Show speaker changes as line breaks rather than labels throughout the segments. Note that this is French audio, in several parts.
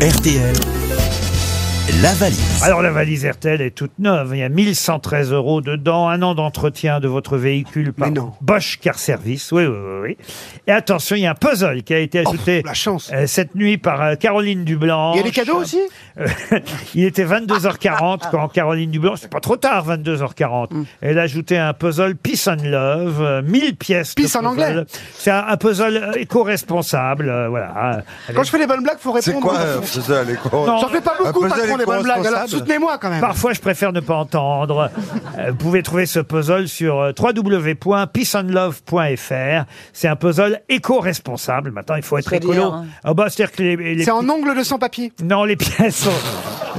RTL, la valise.
Alors la valise RTL est toute neuve, il y a 1113 euros dedans, un an d'entretien de votre véhicule par Bosch Car Service, oui, oui, oui, oui. Et attention, il y a un puzzle qui a été ajouté
Oh, la chance.
euh, cette nuit par euh, Caroline Dublanc.
Il y a des cadeaux aussi
Il était 22h40 quand Caroline Dublanc, c'est pas trop tard 22h40,
Mm.
elle a ajouté un puzzle Peace and Love, euh, 1000 pièces. de
Peace en
puzzle.
anglais.
C'est un, un puzzle euh, éco-responsable, euh, voilà. hein, avec-
Quand je fais les bonnes blagues, faut
C'est
répondre. hein.
quoi euh, un puzzle éco
Non.
J'en fais pas beaucoup,
Un puzzle
patron, les bonnes blagues. Alors
éco-responsable.
soutenez-moi quand même.
Parfois, je préfère ne pas entendre. Euh, Vous pouvez trouver ce puzzle sur euh, www.peaceandlove.fr. C'est un puzzle éco-responsable. Maintenant, il faut être
C'est-à-dire,
écolo.
hein
Ah bah, c'est-à-dire que les, les-
C'est en ongle de sans-papier.
non, les pièces ont,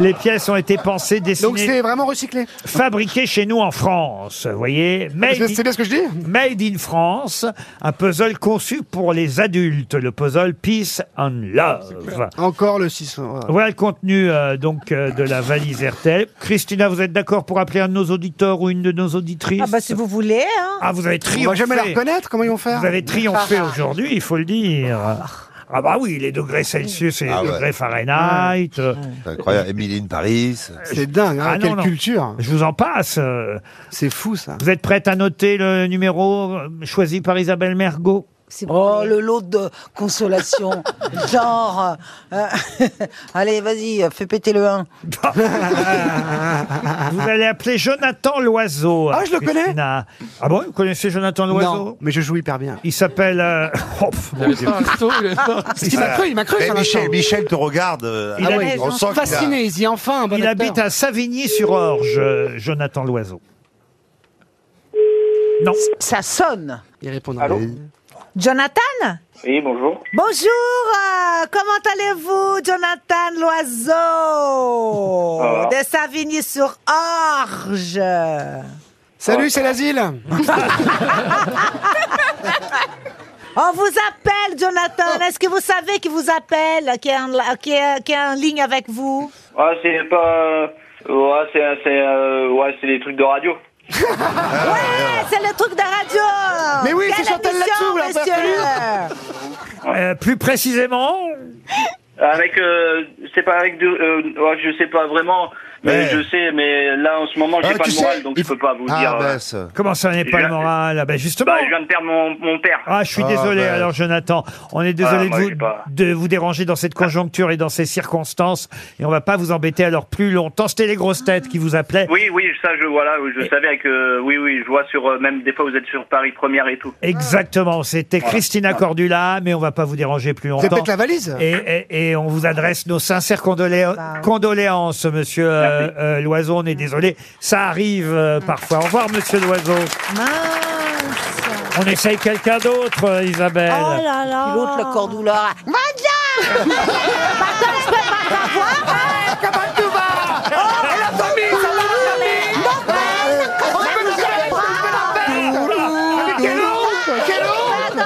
les pièces ont été pensées,
Donc
dessinées,
c'est vraiment recyclé.
fabriquées chez nous en France. Vous voyez, made
C'est c'est
in,
bien ce que je dis
made in France, un puzzle conçu pour les adultes, le puzzle Peace and Love.
Encore le 600. ouais.
Voilà le euh, contenu euh, donc euh, de la valise RTL. Christina, vous êtes d'accord pour appeler un de nos auditeurs ou une de nos auditrices
Ah bah si vous voulez, hein.
Ah, vous avez
On va
triomphé.
jamais la reconnaître, Ah, bah. comment ils vont faire
vous avez triomphé aujourd'hui, il faut le dire. Ah bah oui, les degrés Celsius et les
Ah ouais.
degrés Fahrenheit. euh,
C'est incroyable. Émilie de Paris.
C'est dingue, hein,
Ah non,
quelle
non.
culture.
Je vous en passe. euh.
C'est fou ça.
Vous êtes prête à noter le numéro euh, choisi par Isabelle Mergot
Oh, le lot de consolation. Genre, euh, allez, vas-y, fais péter le 1.
Vous allez appeler Jonathan Loiseau.
Ah, je le connais.
Christina. Ah bon, vous connaissez Jonathan Loiseau
Non, mais je joue hyper bien.
Il s'appelle... euh, oh, pff,
Il avait pas un resto, il avait pas-
Ah,
Il m'a cru, il m'a cru
Eh,
Mais
sur
Michel, Michel te regarde. euh,
Il
ah
a-
oui, on sent qu'il a-
Fasciné, il dit enfin un bon
Il
acteur.
habite à Savigny-sur-Orge, euh, Jonathan Loiseau. Non.
Ça sonne.
Il répondra. Allô
Jonathan
Oui, bonjour.
Bonjour, euh, comment allez-vous, Jonathan
Ça va.
Loiseau de Savigny-sur-Orge
Salut, c'est l'asile
On vous appelle, Jonathan. Est-ce que vous savez qui vous appelle, qui est en, qui est- qui est en ligne avec vous
Ouais, Ah, c'est pas. Ouais, c'est c'est, euh, ouais, c'est des trucs de radio.
Ouais, c'est le truc de radio
Mais oui,
Quelle
c'est Chantal
émission,
Latsou, la
monsieur
Euh, plus précisément,
Avec, euh, c'est pas avec de, euh, ouais, je sais pas vraiment, mais
Ouais.
je sais, mais là en ce moment j'ai
Ah,
pas
tu
le moral,
sais,
donc
il-
je peux pas vous
Ah,
dire. euh,
mince.
comment ça n'est pas le moral Ah ben Justement.
bah, je viens de perdre mon, mon père.
Ah, je suis
Ah,
désolé,
ben.
alors Jonathan. On est désolé
Ah, moi,
de,
j'ai
vous,
pas.
de vous déranger dans cette conjoncture et dans ces circonstances. Et on va pas vous embêter alors plus longtemps. C'était les grosses têtes qui vous appelaient.
Oui, oui, ça, je voilà, oui, je savais que, oui, oui, je vois sur, euh, même des fois vous êtes sur Paris Première et tout.
Exactement. C'était
Voilà.
Christina Cordula, mais on va pas vous déranger plus
C'est
longtemps.
peut-être la valise
Et, et- et on vous adresse nos sincères condoléa-
Bah
condoléances, monsieur euh, euh, Loiseau. On est désolé. Ça arrive euh, parfois. Au revoir, monsieur Loiseau.
Mince
On essaye quelqu'un d'autre, euh, Isabelle.
Oh là là L'autre, le cordouleur. Manja Pardon, je peux pas savoir hein
Comment tu vas
Ah,
Et la famille, ça va la famille
Non, mais
On fait le service, on fait la paix Mais quelle honte Quelle honte Dans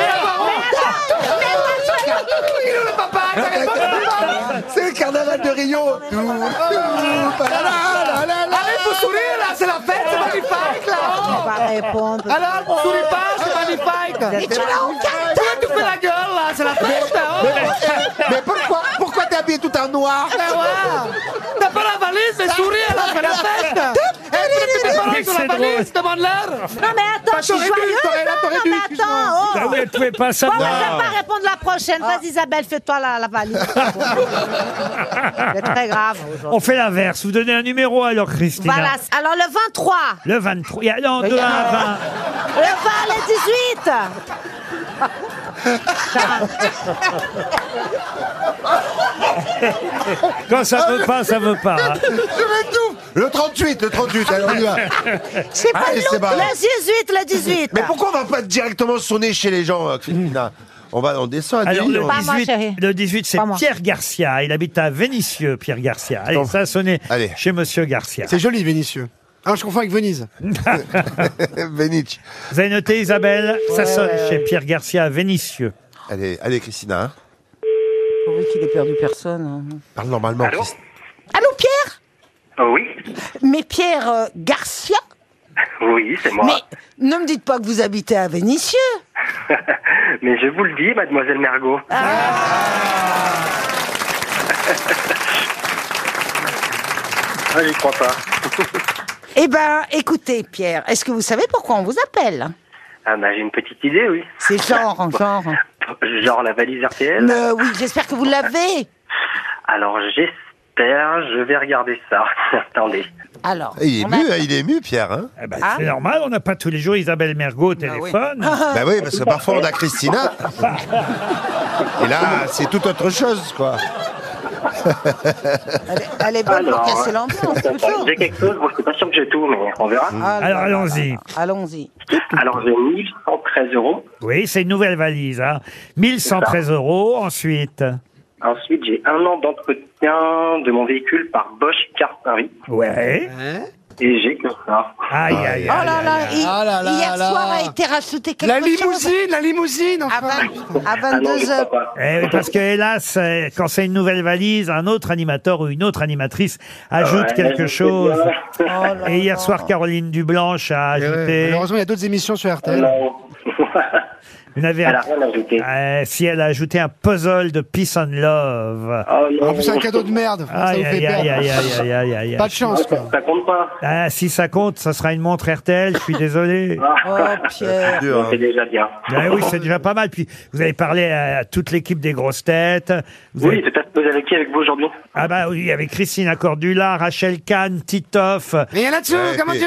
la baronne Il est où le papa Il est où le papa C'est le carnaval de Rio Arrête de sourire là, c'est la fête, c'est magnifique
je
là
peux pas Ah, répondre.
Alors, souris pas, c'est magnifique
tu l'as en carte
Pourquoi tu fais la gueule là C'est la fête là oh.
Mais pourquoi, pourquoi t'es habillé tout en noir
Mais Ben ouais T'as pas la valise, mais sourire là, c'est la fête
Eh,
Tes parents ils ont
C'est
la
drôle.
valise, demande-leur
Non, mais attends, je suis
t'aurais dû,
joyeuse
t'aurais- là,
non,
t'aurais
non,
dû,
mais attends
Ah
oh.
oui, elle pouvait pas
Bon, mais je
savoir.
vais pas répondre la prochaine. Vas-y, Isabelle, fais-toi la, la valise. C'est très grave aujourd'hui.
On fait l'inverse. Vous donnez un numéro alors, Christina.
Voilà. Alors, le 23,
Le 23. Il y a- Non, de 1 à 20.
le 20, le 18.
Quand ça veut pas, ça veut pas. hein.
Je m'étouffe
Le 38, le 38, allez, on y va.
Ah, C'est pas
Allez,
long.
c'est bon.
Le 18, le 18.
Mais pourquoi on va pas directement sonner chez les gens, euh, Christina On va, on descend à
Alors,
Lille,
le
on-
Pas moi,
18,
chérie.
le 18, c'est
Pas moi.
Pierre Garcia. Il habite à Vénissieux, Pierre Garcia. Allez, ça a sonné
Allez.
chez monsieur Garcia.
C'est joli, Vénitieux. Ah, je confonds avec Venise.
Vénitch.
Vous avez noté, Isabelle Ça sonne chez Pierre Garcia à Vénissieux.
Allez, allez, Christina. hein.
pourvu qu'il ait perdu personne. hein.
Parle normalement,
Allô
Christina.
Allô, Pierre
Oh, oui,
Mais Pierre euh, Garcia
oui, c'est moi.
Mais ne me dites pas que vous habitez à Vénissieux.
Mais... je vous le dis, mademoiselle Mergot. Ah, j'y crois pas.
Eh ben, écoutez, Pierre, est-ce que vous savez pourquoi on vous appelle
Ah, bah, j'ai une petite idée, oui.
C'est genre, en genre.
Genre la valise RTL.
Euh,
Mais Ah oui, j'espère que vous l'avez.
Alors, j'espère, je vais regarder ça. Attendez.
Alors,
Et Il est
on
mu,
a-
hein, il est ému, Pierre. Hein
Eh ben,
Ah.
C'est normal, on n'a pas tous les jours Isabelle Mergot au
oui. Ah,
téléphone.
bah oui, parce que parfois on a Christina. Et là, c'est tout autre chose, quoi.
elle, est- elle est bonne
Alors,
pour casser
ouais.
l'ambiance, toujours.
J'ai quelque chose, bon, je suis pas sûr que j'ai tout, mais on verra.
Ah là
Alors,
là
allons-y.
là là. Allons-y.
Alors, j'ai 1113 euros.
Oui, c'est une nouvelle valise. Hein. 1113 euros. Ensuite,
Ensuite, j'ai un an d'entretien de mon véhicule par Bosch Car Paris.
ouais.
Et j'ai que ça.
Aïe, aïe, aïe.
Oh là là, il-
Ah là là
hier
là.
soir a été racheté quelque
La
chose.
limousine, la limousine,
À,
enfin.
vingt- à
Ah non,
22
je
h
crois pas.
Eh oui, parce que hélas, euh, quand c'est une nouvelle valise, un autre animateur ou une autre animatrice ajoute
Ouais,
quelque
je sais
chose.
bien.
Et hier soir, Caroline Dublanche a
Eh ouais,
ajouté.
Malheureusement, il y a d'autres émissions sur RTL.
Non.
Vous n'avez-
Elle a rien ajouté.
Euh, si elle a ajouté un puzzle de Peace and Love.
Oh non.
En plus, un cadeau de merde. Ah, ça vous
Aïe,
fait
aïe, aïe, aïe,
perdre.
aïe, aïe, aïe,
Pas
aïe.
de chance, quoi.
Ça compte pas.
Ah, si ça compte, ça sera une montre RTL, je suis désolé.
Oh, Pierre.
Dur, hein.
C'est déjà bien.
Ah oui, c'est déjà pas mal. Puis vous avez parlé à toute l'équipe des grosses têtes. Vous
Oui,
avez-
tout à fait. Vous avez qui avec vous aujourd'hui
Ah bah oui, avec Christine Accordula, Rachel Kahn, Titoff,
Rien là-dessus,
Ouais,
comment
et-
tu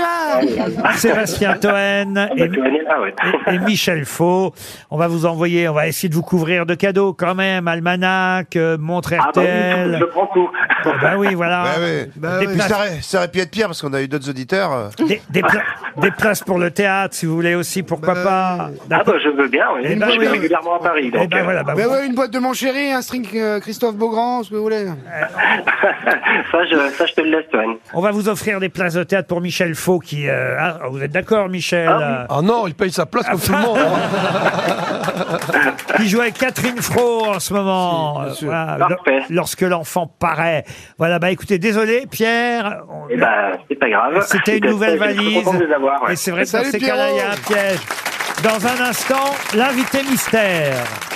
vas
Sébastien Toen
Ah, bah,
et,
tu en es là, ouais.
et- et Michel Faux. On va vous envoyer, on va essayer de vous couvrir de cadeaux quand même. Almanach, euh, montre
Ah, bah, oui,
RTL.
je prends tout.
Ah bah oui, voilà.
Bah oui.
Bah oui.
Des
Puis
places-
ça aurait, ça aurait pu être pire parce qu'on a eu d'autres auditeurs. euh.
Des, des pla- des places pour le théâtre, si vous voulez aussi, pourquoi
Bah
pas.
Ah,
D'accord.
bah, je veux bien, oui.
Eh ben,
je
oui.
vais régulièrement à Paris.
Eh
Donc,
ben
euh,
voilà, bah
Bah
vous-
ouais, une boîte de mon chéri, un string euh, Christophe Beaugrand, ce que vous voulez.
ça, je, ça, je te le laisse, Toen.
on va vous offrir des places de théâtre pour Michel Faux qui. euh, ah, vous êtes d'accord, Michel
Ah
Ah non, il paye sa place comme tout le monde. hein.
Euh, Qui joue avec Catherine Fro en ce moment.
Si, bien sûr.
Euh, voilà, lo-
Parfait.
lorsque l'enfant paraît. Voilà, bah écoutez, désolé, Pierre. on-
Eh ben, c'est pas grave.
C'était une
Je
nouvelle
suis
valise.
content de les avoir, ouais.
Et c'est vrai que dans
Salut,
ces cas-là, il y a un piège. Dans un instant, l'invité mystère.